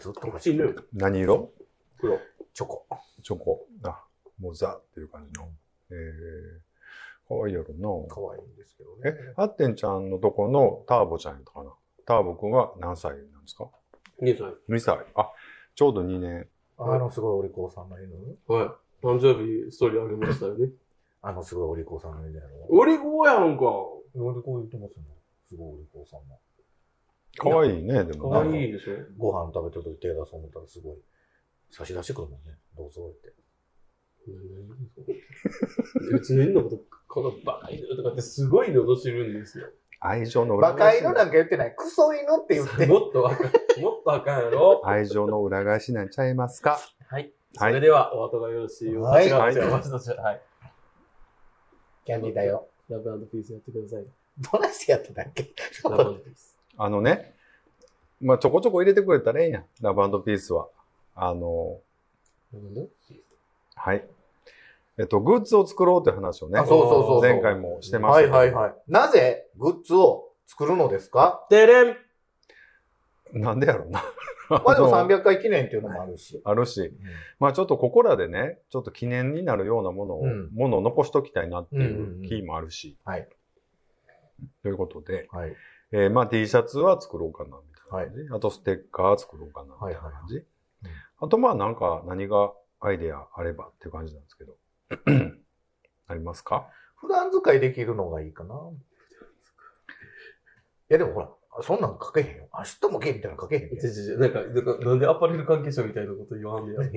Speaker 2: ずっと欲しい。
Speaker 3: 犬
Speaker 1: 何色
Speaker 3: 黒。
Speaker 2: チョコ。
Speaker 1: チョコ。あ、もうザっていう感じの。えー、可愛いやろな。
Speaker 2: 可愛いんですけどね。
Speaker 1: ハッテンちゃんのとこのターボちゃんやったかな。ターボくんは何歳なんですか
Speaker 3: 2歳。
Speaker 1: ?2 歳。あ、ちょうど2年。
Speaker 2: あの、すごいお利口さんの犬。
Speaker 3: はい。誕生日ストーリーありましたよね。
Speaker 2: あの、すごいお利口さんの犬やろ。
Speaker 3: 俺こうやんか。
Speaker 2: お利口言ってますね。すごいお利口さんも。
Speaker 1: 可愛いね、でも
Speaker 3: 可
Speaker 1: な
Speaker 3: 愛いでしょ
Speaker 2: ご飯食べてるとき手出そう思ったらすごい差し出してくるもんね。どうぞって。
Speaker 3: うちの犬のこと、このバカ犬とかってすごい罵るんですよ。
Speaker 1: 愛情の裏
Speaker 2: バカ
Speaker 1: 返し。
Speaker 2: 犬なんか言ってない。クソ犬って言って。
Speaker 3: もっとあかん、もっとあかんやろ。
Speaker 1: 愛情の裏返しなんちゃいますか
Speaker 3: はい。そ
Speaker 1: はい
Speaker 3: れでは、お後がよろしいよう。
Speaker 2: はい
Speaker 3: 違う
Speaker 1: はい
Speaker 3: 違う、私たちは、はい。
Speaker 2: キャンディーだよ。
Speaker 3: ラブピースやってく ださい。
Speaker 2: どないしてやってたっけ
Speaker 3: ラブピース。
Speaker 1: あのね、まあ、ちょこちょこ入れてくれたらええんや。ラブピースは。あの、はい。えっと、グッズを作ろうという話をね、
Speaker 2: あそうそうそうそう
Speaker 1: 前回もしてまし
Speaker 2: は
Speaker 1: た
Speaker 2: い
Speaker 1: けど。
Speaker 2: はいはい。なぜグッズを作るのですか
Speaker 3: てれん
Speaker 1: なんでやろうな。
Speaker 2: まあでも
Speaker 1: あの
Speaker 2: 300回記念っていうのもあるし。
Speaker 1: あるし、まあちょっとここらでね、ちょっと記念になるようなものを、
Speaker 2: うん
Speaker 1: ものを残しときたいなってい
Speaker 2: んうんう
Speaker 1: うんう気もあるし。
Speaker 2: はい
Speaker 1: ということで、
Speaker 2: はい。
Speaker 1: えーまあ T シャツは作ろうかな、みたいな感じ、あとステッカー作ろうかな、みたいな感じ、
Speaker 2: はいはい
Speaker 1: あとまあなんか何がアイデアあればっていう感じなんですけど。 ありますか
Speaker 2: 普段使いできるのがいいかな。いやでもほら、そんなん書けへんよ。明日もゲーみたいなの書けへんよ。
Speaker 3: ちょちょちょなんか、なんかなんでアパレル関係者みたいなこと言わんねや。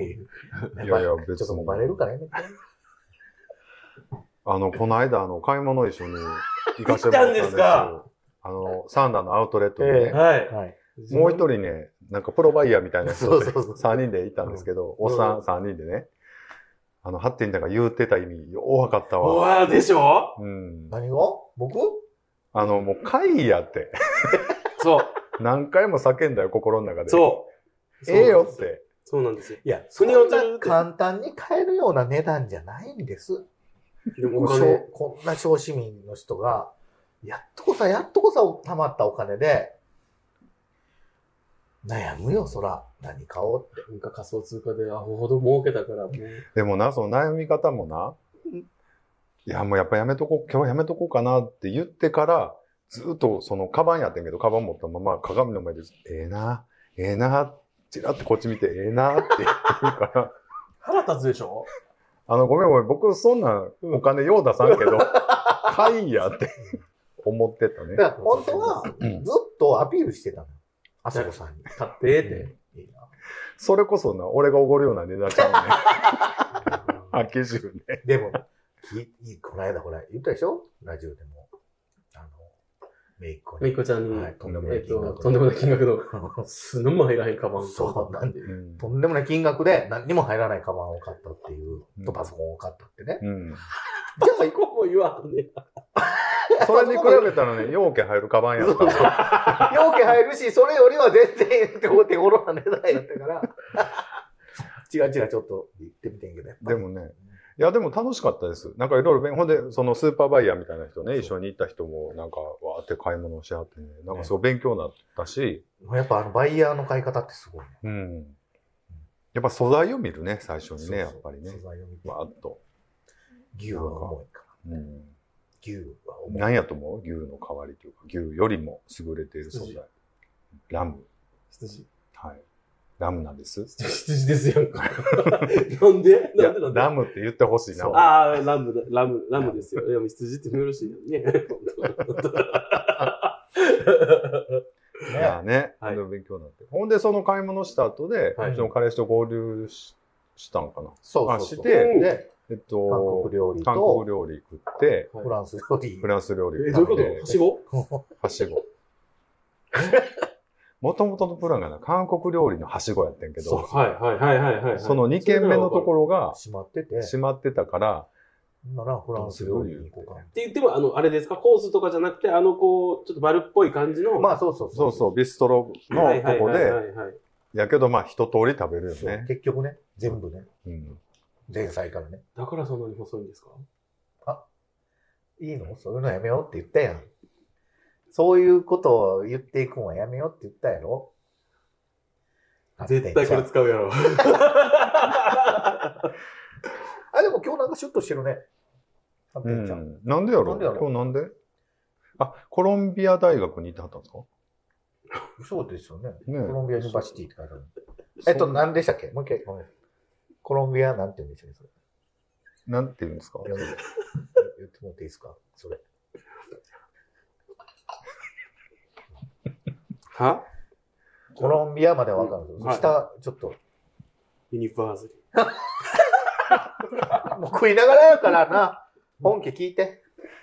Speaker 1: いやいや、別に。
Speaker 2: ちょっともうバレるからやめて。
Speaker 1: あの、この間、あの、買い物一緒に行かせてもらったんです
Speaker 3: 行ったんで
Speaker 1: よ
Speaker 3: すか
Speaker 1: あの、サンダーのアウトレットでね、
Speaker 3: は
Speaker 2: はい。
Speaker 3: い。
Speaker 1: もう一人ね、なんかプロバイヤーみたいな人で、
Speaker 2: そうそうそう
Speaker 1: 3人で行ったんですけど、おっさん3人でね、あの、ハッテンだが言うてた意味、ようわかった
Speaker 3: う
Speaker 1: わ。
Speaker 3: わーでしょ
Speaker 1: うん。
Speaker 2: 何が僕
Speaker 1: あの、もう、会議やって。
Speaker 3: そう。
Speaker 1: 何回も叫んだよ、心の中で。
Speaker 3: そう。
Speaker 1: ええよって。
Speaker 3: そうなんですよ。
Speaker 2: いや、そ
Speaker 3: そ
Speaker 2: ん
Speaker 3: れを
Speaker 2: な簡単に買えるような値段じゃないんです。
Speaker 3: でもお
Speaker 2: しょ
Speaker 3: 金
Speaker 2: う。こんな小市民の人が、やっとこさ、やっとこさ、貯まったお金で、悩むよ、そら。何買おうって。
Speaker 3: なんか仮想通貨でアホほど儲けたから、もう。
Speaker 1: でもな、その悩み方もな、いや、もうやっぱやめとこう、今日はやめとこうかなって言ってから、ずっとその、カバンやってんけど、カバン持ったまま鏡の前で、ええな、ええな、ちらってこっち見て、ええなって言ってるから、
Speaker 3: 腹立つでしょ
Speaker 1: あの、ごめんごめん、僕そんなんお金よう出さん けど、買いやって思ってたね
Speaker 2: だ。から本当はずっとアピールしてたの。あそこさんに。
Speaker 3: 立ってって。
Speaker 2: いいな
Speaker 1: それこそな、俺がおごるような値段ちゃうね。あ、基準ね。
Speaker 2: でも、きこの間ほら、言ったでしょラジオでも。あの、めいっ子
Speaker 3: めい
Speaker 2: に。
Speaker 3: っこちゃんに、
Speaker 2: はい
Speaker 3: え
Speaker 2: とんでもない
Speaker 3: っ
Speaker 2: 金額
Speaker 3: と
Speaker 2: の、
Speaker 3: とんでもない金額の、すんも入らへんカバン。
Speaker 2: そうなんで
Speaker 1: うん
Speaker 2: とんでもない金額で何にも入らないカバンを買ったっていう
Speaker 1: う、ん
Speaker 2: とパソコンを買ったってね。
Speaker 1: うん。
Speaker 2: じゃあ
Speaker 3: 最高も言わんね。
Speaker 1: それに比べたらね、容器入るカバンやった。
Speaker 2: 容器入るし、それよりは全然手頃な値段やったから。違う違う、ちょっと言ってみてんけど。やっぱ
Speaker 1: でもね、いや、でも楽しかったです。なんかいろいろ勉、ほんで、そのスーパーバイヤーみたいな人ね、一緒に行った人も、なんか、わーって買い物をし合ってね、なんかすごい勉強になったし、
Speaker 2: やっぱあのバイヤーの買い方ってすごいね。
Speaker 1: うん。やっぱ素材を見るね、最初にね、や
Speaker 2: そう
Speaker 1: っ
Speaker 2: そ
Speaker 1: ぱ
Speaker 2: う
Speaker 1: りね
Speaker 2: 素。材を見て。
Speaker 1: わーっと。
Speaker 2: 牛は重いから。
Speaker 1: うん。
Speaker 2: 牛は重い。
Speaker 1: 何やと思う牛の代わりというか、牛よりも優れている存在。ラム。
Speaker 3: 羊。
Speaker 1: はい。ラムなんです。
Speaker 3: 羊ですやんか。なんで
Speaker 1: い
Speaker 3: な
Speaker 1: や
Speaker 3: んでなんで
Speaker 1: ラムって言ってほしいな。俺
Speaker 3: ああ、ラムだ、ラム、ラムですよ。いや、もう羊ってよろしいよね。
Speaker 1: いやね、
Speaker 3: はい
Speaker 1: あの勉強になって。ほんで、その買い物した後で、
Speaker 3: はいう
Speaker 1: ちの彼氏と合流ししたんかな。
Speaker 2: そうそうそう。
Speaker 1: あして
Speaker 2: で、
Speaker 1: えっ
Speaker 2: 韓
Speaker 1: と
Speaker 2: 国、料理
Speaker 1: 韓国
Speaker 2: と
Speaker 1: 料理食って、
Speaker 2: フランス料理
Speaker 1: フ。ランス料理
Speaker 3: え、どういう
Speaker 1: 食
Speaker 3: こ
Speaker 1: っ
Speaker 3: と
Speaker 1: て
Speaker 3: は、しご
Speaker 1: はしご。もともとのプランがな、韓国料理のはしごやってんけ
Speaker 3: そう
Speaker 1: ど、
Speaker 3: はいはいはいはいはい。
Speaker 1: その2軒目のとこ
Speaker 3: ろ。
Speaker 1: ろが
Speaker 2: 閉まってて、
Speaker 1: 閉まってたから、
Speaker 2: ならフランス料理に行こう
Speaker 3: っ
Speaker 2: か。
Speaker 3: て言っても、あの、あれですか、コースとかじゃなくて、あの、こう、ちょっとバルっぽい感じの。
Speaker 2: まあそうそう
Speaker 1: そうそう、ビストロ
Speaker 3: あ
Speaker 1: のとこ
Speaker 3: はいは
Speaker 1: で
Speaker 3: いは、いはいはい
Speaker 1: やけどまあ一通り食べるよ
Speaker 2: そう
Speaker 1: ね。
Speaker 2: 結局ね、全部ね、
Speaker 1: うん
Speaker 2: 前菜からね。
Speaker 3: だからそんなに細いんですか
Speaker 2: いいのそういうのやめようって言ったやん。そういうことを言っていくんはやめようって言ったやろ
Speaker 3: 絶対これ
Speaker 2: あ
Speaker 3: 使うやろ。
Speaker 2: あ、でも今日なんかシュッとしてるね。あ
Speaker 1: う
Speaker 2: てっちゃん
Speaker 1: ん。なんでやろ
Speaker 2: なんでやろ
Speaker 1: 今日なんであ、コロンビア大学に行ってはったんですか
Speaker 2: そうですよね。
Speaker 1: ね
Speaker 2: コロンビア・ユニバーシティって書いてある。えっと、何でしたっけもう一回、ごめん。コロンビア、なんて言うんでしたっけそれ。
Speaker 1: なんて言うんですか
Speaker 2: 読ん で言ってもらっていいですかそれ。
Speaker 3: は
Speaker 2: コロンビアまではわかるんですけど、
Speaker 3: はい
Speaker 2: 下、ちょっと。
Speaker 3: ユニバーサリ
Speaker 2: もう食いながらやからな。本家聞いて。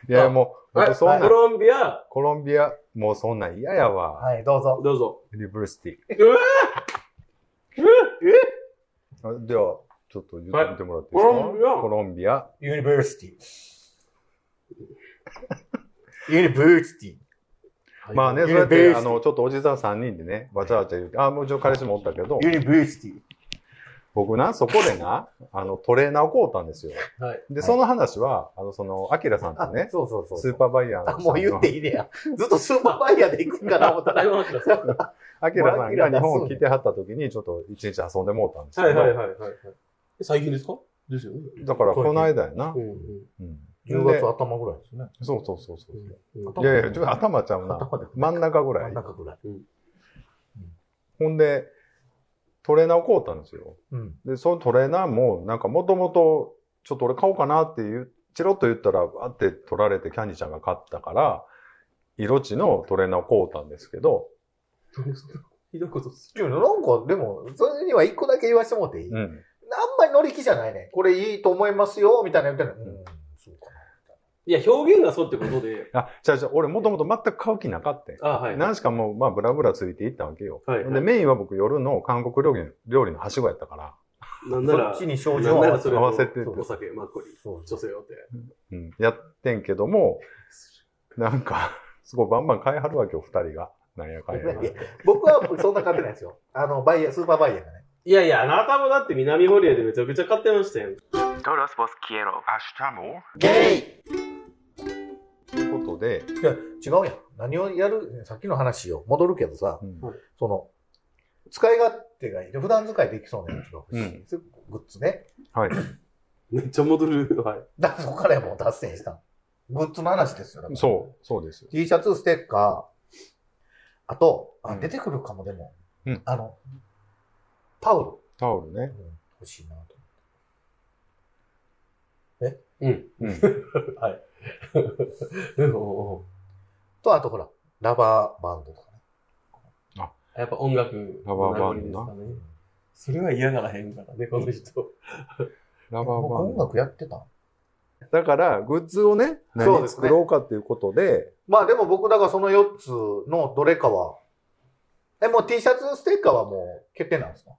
Speaker 1: いや、もう、
Speaker 3: ー。
Speaker 1: 僕そん
Speaker 3: コ
Speaker 1: なん、
Speaker 3: ロンビア、
Speaker 1: コロンビア、もうそんなん嫌やわ。
Speaker 2: はい、どうぞ。
Speaker 3: どうぞ。
Speaker 1: ユニバーシテ
Speaker 3: うわ
Speaker 1: ィ。あでは、ちょっと言ってみてもらっていいですか、
Speaker 3: コロンビア
Speaker 1: コロンビア。
Speaker 2: ユニバーシ ティ。ユニバーシティ。
Speaker 1: まあね、そうやっ
Speaker 2: ユニ
Speaker 1: て、
Speaker 2: バ
Speaker 1: あ
Speaker 2: ーシティ
Speaker 1: の、ちょっとおじさん3人でね、わちゃわちゃ言って、あ、もうちょ、彼氏もおったけど、
Speaker 2: ユニバーシティ。
Speaker 1: 僕な、そこでな、あの、トレーナーを買うたんですよ。
Speaker 3: はい。
Speaker 1: で、その話は、あの、その、アキラさん
Speaker 2: あ
Speaker 1: と、ね、
Speaker 2: そうそうそう。
Speaker 1: スーパーバイヤー
Speaker 2: あ
Speaker 1: の。
Speaker 2: もう言っていいねや。ずっとスーパーバイヤーで行くんかな思った
Speaker 3: だい
Speaker 2: ら。
Speaker 3: ぶ待ってくださ
Speaker 1: アキラさんが日本
Speaker 2: もうアキラ出すんや
Speaker 1: を来てはった時に、ちょっと一日遊んでもうたんです
Speaker 3: い。は
Speaker 1: け
Speaker 3: い
Speaker 1: ど、
Speaker 3: はいはいはいはい。え最近ですかですよね。
Speaker 1: だから、この間やな
Speaker 3: う。んうん
Speaker 1: うん。
Speaker 2: 10月頭ぐらいですね。
Speaker 1: そうそうそうそう。
Speaker 3: うん
Speaker 1: いやいや、ちょっと頭ちゃうな。真ん中ぐら
Speaker 2: 真
Speaker 1: い
Speaker 2: ん。中ぐらい。
Speaker 1: ほんで、トレーナーを買うたんですよ。
Speaker 2: うん。
Speaker 1: で、そのトレーナーも、なんかもともと、ちょっと俺買おうかなっていう、チロッと言ったら、わーって取られてキャニーちゃんが買ったから、色地のトレーナーを買うたんですけど、
Speaker 3: ひどいことす
Speaker 2: ちょなんか、でも、それには一個だけ言わせてもらっていい、あん
Speaker 1: うん。
Speaker 2: まり乗り気じゃないね。これいいと思いますよ、みたいな言ってるの。うん、そうか
Speaker 3: る。いや、表現がそうってことで。
Speaker 1: あ、違う違う、俺もともと全く買う気なかったん。
Speaker 3: あはい。
Speaker 1: 何しかもう、まあ、ブラブラついていったわけよ。
Speaker 3: はいはい
Speaker 1: で、メインは僕夜の韓国料理の料理のはしごやったから、
Speaker 3: なんな
Speaker 2: な。
Speaker 3: ら
Speaker 2: そっち、に症
Speaker 3: な
Speaker 2: 状
Speaker 3: ん
Speaker 2: を
Speaker 3: な
Speaker 2: 合
Speaker 3: ら
Speaker 2: わ
Speaker 3: そ
Speaker 2: せ
Speaker 3: れ
Speaker 2: る。
Speaker 1: 合わせてって
Speaker 3: お酒、マッコリ、
Speaker 2: そう
Speaker 3: 女性用って。
Speaker 1: うん、やってんけども、なんか、すごいバンバン買いはるわけよ、二人が。なんやかんや。
Speaker 2: いや僕はそんな買ってないですよ。あの、バイヤー、スーパーバイヤーがね。
Speaker 3: いやいや、あなたもだって南堀江でめちゃくちゃ買ってましたよ。
Speaker 5: Todos vos quiero.
Speaker 2: ゲイ
Speaker 1: ということで、
Speaker 2: いや、違うやん。何をやる、さっきの話を戻るけどさ、
Speaker 1: うん
Speaker 2: その、使い勝手がいい。普段使いできそうなやつが欲しい。
Speaker 1: うん
Speaker 2: グッズね。
Speaker 1: はい。
Speaker 6: めっちゃ戻る。はい。
Speaker 2: だからそこからやもう脱線したの。グッズの話ですよ。だから
Speaker 1: そう、そうです。
Speaker 2: T シャツ、ステッカー、あと、あ
Speaker 1: うん
Speaker 2: 出てくるかも、でも、
Speaker 1: うん
Speaker 2: あの、タオ
Speaker 1: タオル
Speaker 2: ル、
Speaker 1: ね。
Speaker 2: うん欲しいなと。
Speaker 3: うんおう
Speaker 2: と、あとほら、ラバーバンドとかね。
Speaker 3: おうやっぱ音楽。
Speaker 1: ラバーバンドな
Speaker 3: ですかね。それは嫌がらへんからね、この人。
Speaker 1: ラバー
Speaker 2: 僕
Speaker 1: バン
Speaker 2: 音
Speaker 1: ド。
Speaker 2: 楽やってた
Speaker 1: だから、グッズをね、
Speaker 2: そう
Speaker 1: 何
Speaker 2: ですね
Speaker 1: 作ろうかっていうことで、
Speaker 2: まあでも僕、だからその4つのどれかは、え、もう T シャツ、ステッカーはもう決定なんですか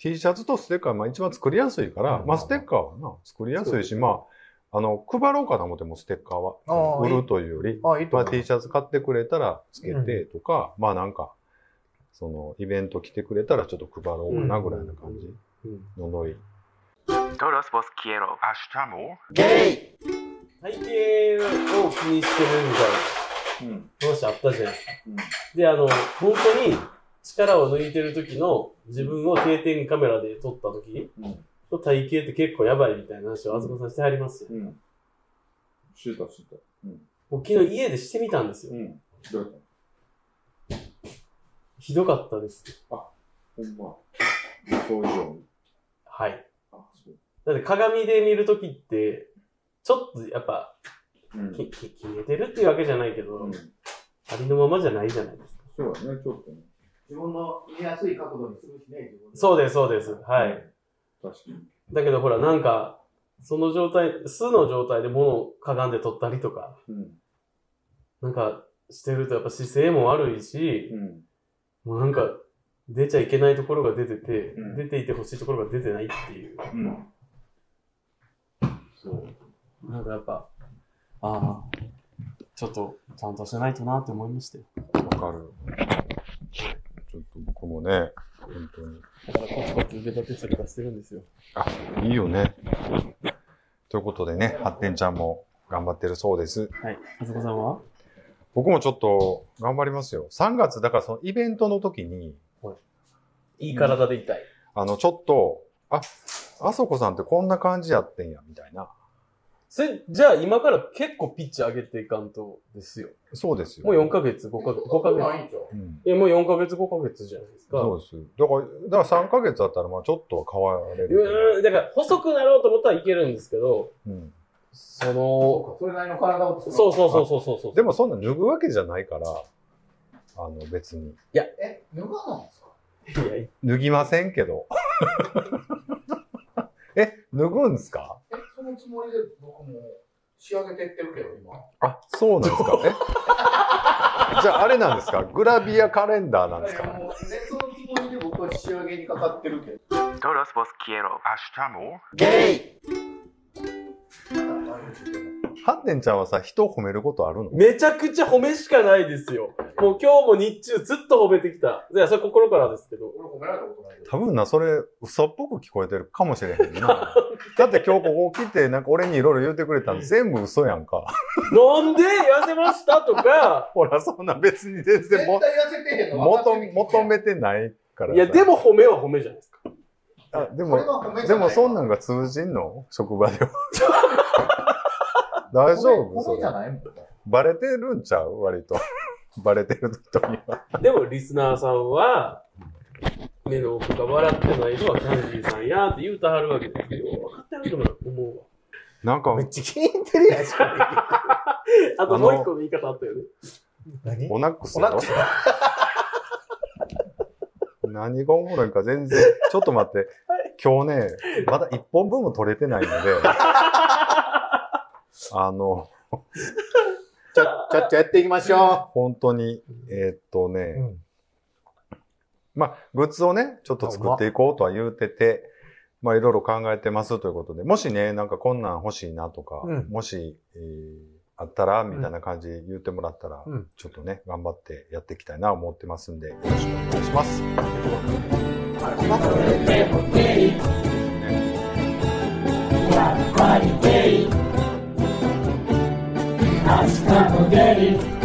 Speaker 1: T シャツとステッカー、まあ一番作りやすいか
Speaker 2: う
Speaker 1: ら、
Speaker 2: ん
Speaker 1: まあステッカーはな、作りやすいし、まあ、あの、配ろうかな思ってもステッカーは。
Speaker 2: あー
Speaker 1: 売るというより、
Speaker 2: あ、いいと
Speaker 1: まあ
Speaker 2: 思う
Speaker 1: T シャツ買ってくれたらつけてとか、まあなんか、その、イベント来てくれたらちょっと配ろうかなぐらいな感じ
Speaker 6: うん
Speaker 1: のノリ。
Speaker 5: Todos vos quiero.
Speaker 2: ゲイ
Speaker 3: 体型を気にしてるみたいな。話あったじゃないですか。で、あの、本当に力を抜いてる時の自分を定点カメラで撮った時の体型って結構やばいみたいな話をあずこさんしてはりますよ。
Speaker 7: うん。シュートシュート。
Speaker 3: 僕昨日家でしてみたんですよ。
Speaker 7: うん。どうやった
Speaker 3: ひどかったです。
Speaker 7: ほんま。予想以上に。
Speaker 3: はい。
Speaker 7: あ、そう。
Speaker 3: だって鏡で見る時って、ちょっとやっぱ、
Speaker 7: うん。
Speaker 3: き、き、消えてるっていうわけじゃないけど、
Speaker 7: うん
Speaker 3: ありのままじゃないじゃないですか。
Speaker 7: そうだね、ちょっとね。
Speaker 2: 自分の見やすい角度にするしね、
Speaker 3: そうです、そうです。はい。
Speaker 7: 確かに。
Speaker 3: だけどほら、なんか、その状態、素の状態で物をかがんで撮ったりとか、
Speaker 7: うん。
Speaker 3: なんか、してるとやっぱ姿勢も悪いし、
Speaker 7: うん。
Speaker 3: もうなんか、出ちゃいけないところが出てて、
Speaker 7: うん
Speaker 3: 出ていてほしいところが出てないっていう。
Speaker 7: うん。
Speaker 3: なんかやっぱ、ああ、ちょっと、ちゃんとしてないとなって思いましたよ。
Speaker 1: わかる。ちょっと僕もね、本
Speaker 3: だからコツコツ腕立てしたりとかしてるんですよ。
Speaker 1: 当に。いいよね。ということでね、発展ちゃんも頑張ってるそうです。
Speaker 3: はい。あそこさんは
Speaker 1: 僕もちょっと頑張りますよ。3月、だからそのイベントの時に、
Speaker 3: いい体でいたい。
Speaker 1: あの、ちょっと、あ、あそこさんってこんな感じやってんや、みたいな。
Speaker 3: それ、じゃあ今から結構ピッチ上げていかんとですよ。
Speaker 1: そうですよ。
Speaker 3: もう4ヶ月、5ヶ月、5ヶ月。
Speaker 1: うん。
Speaker 3: え、もう4ヶ月、5ヶ月じゃないですか。
Speaker 1: そうです。だから、だから3ヶ月だったら、まあちょっとは変われる。
Speaker 3: うーん、だから、細くなろうと思ったらいけるんですけど、
Speaker 1: うん。
Speaker 3: その、
Speaker 2: それなりの体を作
Speaker 3: そうそうそうそうそうそう。
Speaker 1: でもそんな脱ぐわけじゃないから、あの、別に。
Speaker 2: え、脱がないんですか
Speaker 3: いや、
Speaker 1: 脱ぎませんけど。 え、脱ぐんですか
Speaker 2: え、そのつもりで僕も仕上げてってるけど、今。
Speaker 1: あ、そうなんです か。えじゃああれなんですかグラビアカレンダーなんですか
Speaker 2: もう、ね、そのつもりで僕は仕上げにかかってるけど。
Speaker 5: Todos vos quiero.
Speaker 2: ゲイ
Speaker 1: ハッテンちゃんはさ、人を褒めることあるの
Speaker 3: めちゃくちゃ褒めしかないですよ。もう今日も日中ずっと褒めてきた。いや、それ心からですけど。
Speaker 2: 俺褒められたことないよ。
Speaker 1: 多分な、それ、嘘っぽく聞こえてるかもしれへんな。だって今日ここ来て、なんか俺にいろいろ言ってくれたの全部嘘やんか。
Speaker 3: なんで痩せました とか、
Speaker 1: ほら、そんな別に全然
Speaker 2: 絶
Speaker 1: も、
Speaker 2: 対痩せてへんの
Speaker 1: 求め、求めてないから
Speaker 3: いや、
Speaker 1: さ
Speaker 3: で、も褒めは褒めじゃないですか。
Speaker 1: あで
Speaker 2: これ
Speaker 1: も、
Speaker 2: は褒めじ
Speaker 1: で
Speaker 2: ゃない
Speaker 1: もそん
Speaker 2: な
Speaker 1: なんが通じんの職場では。大丈夫そ
Speaker 2: 褒め
Speaker 1: れ
Speaker 2: じゃないもん。
Speaker 1: バレてるんちゃう割と。バレてる人には。
Speaker 3: でもリスナーさんは、目の奥が笑ってないのはキャンディーさんやって言うたはるわけですけど、分かってはると思うわ。
Speaker 1: なんか
Speaker 2: め、っちゃ気に入ってるやん、し
Speaker 3: あともう一個の言い方あったよね。
Speaker 2: 何
Speaker 1: オナックス
Speaker 2: お
Speaker 1: や
Speaker 2: な
Speaker 1: ろ
Speaker 2: くさ。
Speaker 1: 何がおもろいか全然。ちょっと待って。今日ね、まだ一本分も取れてないので。あの、
Speaker 2: ちゃっちゃっちゃやっていきましょ
Speaker 1: 本当に、えーっと
Speaker 2: う。
Speaker 1: ね、
Speaker 2: ん。
Speaker 1: まあ、グッズをね、ちょっと作っていこうとは言うてて、まあ、いろいろ考えてますということで、もしね、なんかこんなん欲しいなとか、
Speaker 2: うん
Speaker 1: もし、えーあったら、みたいな感じで言ってもらったら、
Speaker 2: うん
Speaker 1: ちょっとね、頑張ってやっていきたいな思ってますんで、よろしくお願いします。
Speaker 8: やっぱりゲイ明日もゲイ